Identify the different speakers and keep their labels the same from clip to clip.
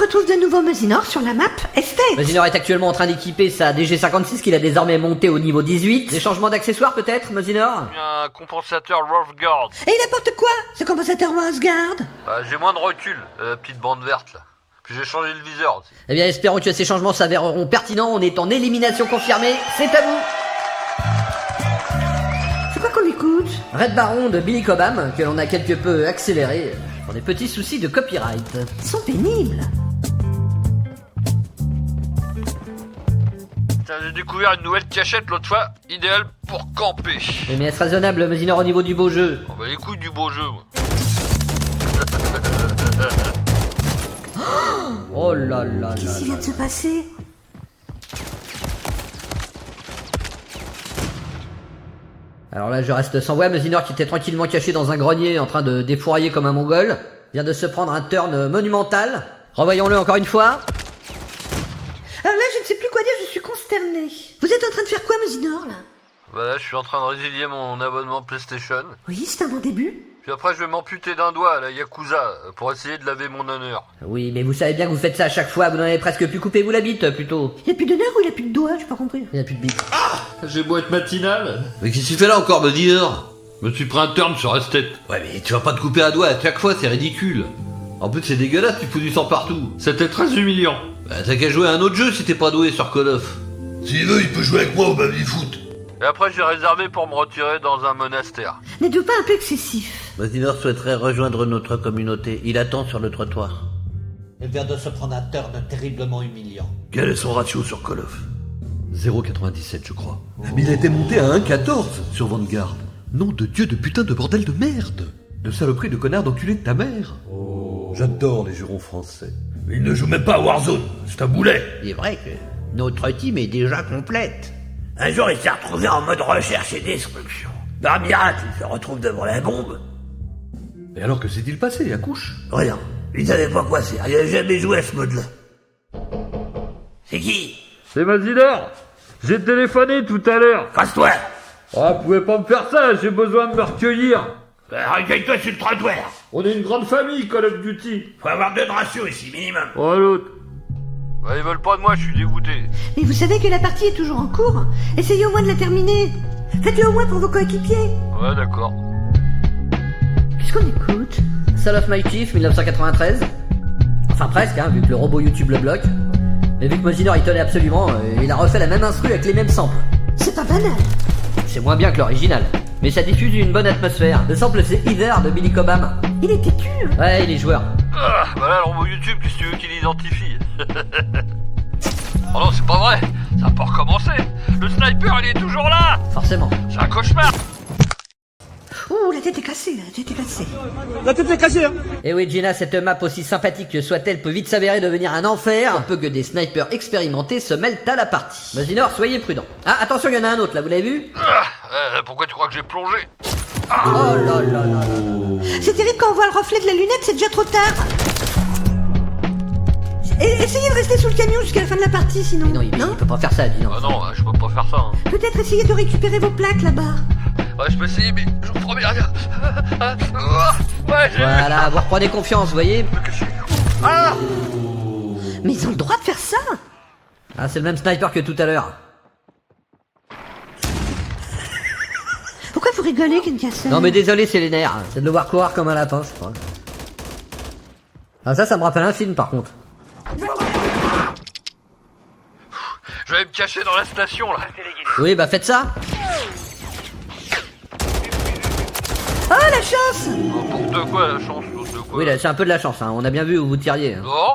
Speaker 1: retrouve de nouveau Mesinor sur la map ST.
Speaker 2: Mesinor est actuellement en train d'équiper sa DG56 qu'il a désormais montée au niveau 18. Des changements d'accessoires peut-être, Mesinor
Speaker 3: Un compensateur Rothgard.
Speaker 1: Et n'importe quoi Ce compensateur Wasgard
Speaker 3: Euh, j'ai moins de recul, euh, petite bande verte là. Puis j'ai changé le viseur aussi.
Speaker 2: Eh bien, espérons que ces changements s'avéreront pertinents. On est en élimination confirmée. C'est à vous
Speaker 1: C'est quoi qu'on écoute
Speaker 2: Red Baron de Billy Cobham, que l'on a quelque peu accéléré pour des petits soucis de copyright.
Speaker 1: Ils sont pénibles.
Speaker 3: Putain, J'ai découvert une nouvelle cachette l'autre fois, idéale pour camper.
Speaker 2: Oui, Mais Eh est-ce raisonnable, Mesinor, au niveau du beau jeu
Speaker 3: On va les couilles du beau jeu. moi.
Speaker 2: Oh là là là
Speaker 1: Qu'est-ce qui
Speaker 2: là.
Speaker 1: vient de se passer Euh,
Speaker 2: Alors là, je reste sans voix. Mesinor, qui était tranquillement caché dans un grenier en train de défourailler comme un mongol, vient de se prendre un turn monumental. Revoyons-le encore une fois.
Speaker 1: Alors là, je ne sais plus quoi dire, je suis consternée. Vous êtes en train de faire quoi, Mesinor, là
Speaker 3: Voilà, Bah, je suis en train de résilier mon abonnement PlayStation.
Speaker 1: Oui, c'est un bon début.
Speaker 3: Puis après, je vais m'amputer d'un doigt à la Yakuza euh, pour essayer de laver mon honneur.
Speaker 2: Oui, mais vous savez bien que vous faites ça à chaque fois. Vous n'en avez presque plus coupé, vous la bite, plutôt.
Speaker 1: Il n'y a plus d'honneur ou il n'y a plus de doigts J'ai pas compris.
Speaker 2: Il n'y a plus de bite.
Speaker 3: J'ai beau être matinal.
Speaker 4: Mais qu'est-ce que tu fais là encore, me dire
Speaker 3: Je me suis pris un turn sur la tête.
Speaker 4: Ouais, mais tu vas pas te couper un doigt à chaque fois, c'est ridicule. En plus, c'est dégueulasse, tu fous du sang partout.
Speaker 3: C'était très humiliant.
Speaker 4: Bah, t'as qu'à jouer à un autre jeu si t'es pas doué sur Call of. S'il veut, il peut jouer avec moi au baby-foot.
Speaker 3: Et après, j'ai réservé pour me retirer dans un monastère.
Speaker 1: N'êtes-vous pas un peu excessif
Speaker 4: Vasinor souhaiterait rejoindre notre communauté. Il attend sur le trottoir.
Speaker 5: et vient de se prendre un turn terriblement humiliant.
Speaker 4: Quel est son ratio sur Call of 0,97, je crois. Oh. Mais il a été monté à 1,14 sur Vanguard. Nom de Dieu de putain de bordel de merde De saloperie de connard d'enculé de ta mère Oh. J'adore les jurons français.
Speaker 6: Il ne joue même pas à Warzone, c'est un boulet.
Speaker 7: Il est vrai que notre team est déjà complète.
Speaker 6: Un jour, il s'est retrouvé en mode recherche et destruction. Par miracle, il se retrouve devant la bombe.
Speaker 4: Et alors que s'est-il passé, à couche
Speaker 6: Rien. Il savait pas quoi faire. Il avait jamais joué à ce mode-là. C'est qui
Speaker 3: C'est Mazinor J'ai téléphoné tout à l'heure.
Speaker 6: Casse-toi
Speaker 3: Ah, vous pouvez pas me faire ça, j'ai besoin de me recueillir.
Speaker 6: Bah, Recueille-toi sur le trottoir.
Speaker 3: On est une grande famille, Call of Duty.
Speaker 6: Faut avoir deux de ratio ici, minimum.
Speaker 3: Oh, l'autre. Bah, ils veulent pas de moi, je suis dégoûté.
Speaker 1: Mais vous savez que la partie est toujours en cours. Essayez au moins de la terminer. Faites-le au moins pour vos coéquipiers.
Speaker 3: Ouais, d'accord.
Speaker 1: Qu'est-ce qu'on écoute
Speaker 2: Son of My Chief, 1993. Enfin presque, hein, vu que le robot YouTube le bloque. Mais vu que Mosinor y tenait absolument, euh, il a refait la même instru avec les mêmes samples.
Speaker 1: C'est pas banal.
Speaker 2: C'est moins bien que l'original, mais ça diffuse une bonne atmosphère. Le sample c'est Either de Billy Cobham.
Speaker 1: Il est têtu. hein.
Speaker 2: Ouais, il est joueur.
Speaker 3: Ah, voilà le robot YouTube, qu'est-ce que tu veux qu'il identifie Oh non, c'est pas vrai Ça a pas recommencé Le sniper, il est toujours là
Speaker 2: Forcément.
Speaker 3: C'est un cauchemar
Speaker 1: Oh, la tête est cassée, la tête est cassée.
Speaker 2: Et Eh oui, Gina, cette map aussi sympathique que soit-elle peut vite s'avérer devenir un enfer. Un peu que des snipers expérimentés se mêlent à la partie. Mosinor, soyez prudent. Ah, attention, il y en a un autre là, vous l'avez vu
Speaker 3: Ah, euh, Pourquoi tu crois que j'ai plongé
Speaker 2: Oh là là là.
Speaker 1: C'est terrible quand on voit le reflet de la lunette, c'est déjà trop tard. Et essayez de rester sous le camion jusqu'à la fin de la partie, sinon.
Speaker 2: Non, il, il peut pas faire ça, Gina.
Speaker 3: Ah non, je peux pas faire ça. hein.
Speaker 1: Peut-être essayez de récupérer vos plaques là-bas.
Speaker 3: Ouais, je peux essayer, mais je vous promets rien. Ah, ah, Ouais, j'ai
Speaker 2: Voilà, vous reprenez confiance, vous voyez
Speaker 3: Ah
Speaker 1: Mais ils ont le droit de faire ça.
Speaker 2: Ah, c'est le même sniper que tout à l'heure.
Speaker 1: Pourquoi vous rigolez, Ken Castle
Speaker 2: Non mais désolé, c'est les nerfs. C'est de le voir courir comme un lapin, je crois. Ah ça, ça me rappelle un film par contre.
Speaker 3: Je vais me cacher dans la station, là.
Speaker 2: Oui, bah faites ça.
Speaker 1: Oh, la chance
Speaker 3: Pour de quoi, la chance pour De quoi
Speaker 2: Oui, là, c'est un peu de la chance. Hein. On a bien vu où vous tiriez. hein.
Speaker 3: Oh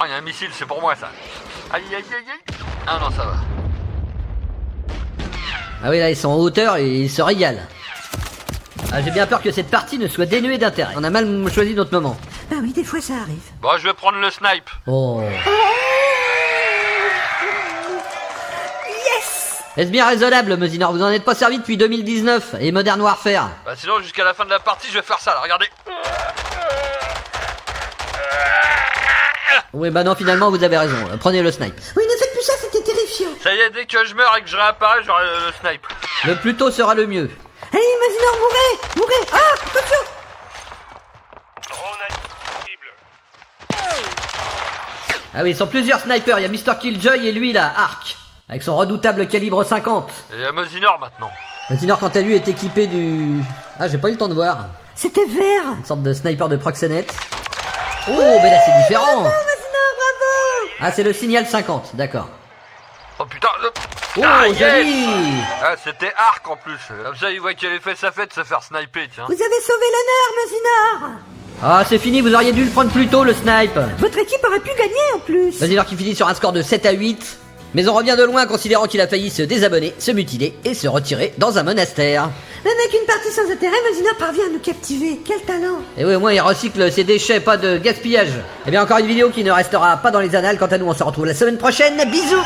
Speaker 3: Ah, il y a un missile, c'est pour moi, ça. Aïe, aïe, aïe, aïe Ah non, ça va.
Speaker 2: Ah oui, là, ils sont en hauteur et ils se régalent. Ah, j'ai bien peur que cette partie ne soit dénuée d'intérêt. On a mal choisi notre moment.
Speaker 1: Bah oui, des fois ça arrive.
Speaker 3: Bon, je vais prendre le snipe.
Speaker 2: Oh.
Speaker 1: Yes
Speaker 2: Est-ce bien raisonnable, Mosinor Vous en êtes pas servi depuis 2019 et Modern Warfare.
Speaker 3: Bah sinon jusqu'à la fin de la partie je vais faire ça là, regardez.
Speaker 2: Oui, bah non, finalement, vous avez raison. Prenez le snipe.
Speaker 1: Oui, ne faites plus ça, c'était terrifiant.
Speaker 3: Ça y est, dès que je meurs et que je réapparais, j'aurai le, le snipe.
Speaker 2: Le plus tôt sera le mieux.
Speaker 1: Allez, Mazinor, mourrez Mourrez Ah, attention
Speaker 2: Ah oui, ils sont plusieurs snipers, il y a Mr. Killjoy et lui là, Arc, avec son redoutable calibre 50.
Speaker 3: Et à Mosinor maintenant.
Speaker 2: Matinor quant à lui est équipé du... Ah j'ai pas eu le temps de voir,
Speaker 1: C'était vert
Speaker 2: une sorte de sniper de proxénète. Oh mais là c'est différent
Speaker 1: Oh,
Speaker 2: Ah c'est le signal 50, d'accord.
Speaker 3: Oh putain le-
Speaker 2: Oh
Speaker 3: Ah, yes
Speaker 2: joli
Speaker 3: Ah, c'était arc en plus. Comme ça, il voit qu'elle est fait sa fête, se faire sniper, tiens.
Speaker 1: Vous avez sauvé l'honneur, Mazinor
Speaker 2: Ah c'est fini, vous auriez dû le prendre plus tôt le snipe
Speaker 1: Votre équipe aurait pu gagner en plus
Speaker 2: Matinor qui finit sur un score de 7 à 8. Mais on revient de loin considérant qu'il a failli se désabonner, se mutiler et se retirer dans un monastère.
Speaker 1: Même avec une partie sans intérêt, Mazinor parvient à nous captiver. Quel talent
Speaker 2: Et oui, au moins il recycle ses déchets, pas de Eh gaspillage. Et bien encore une vidéo qui ne restera pas dans les annales. Quant à nous, on se retrouve la semaine prochaine. Bisous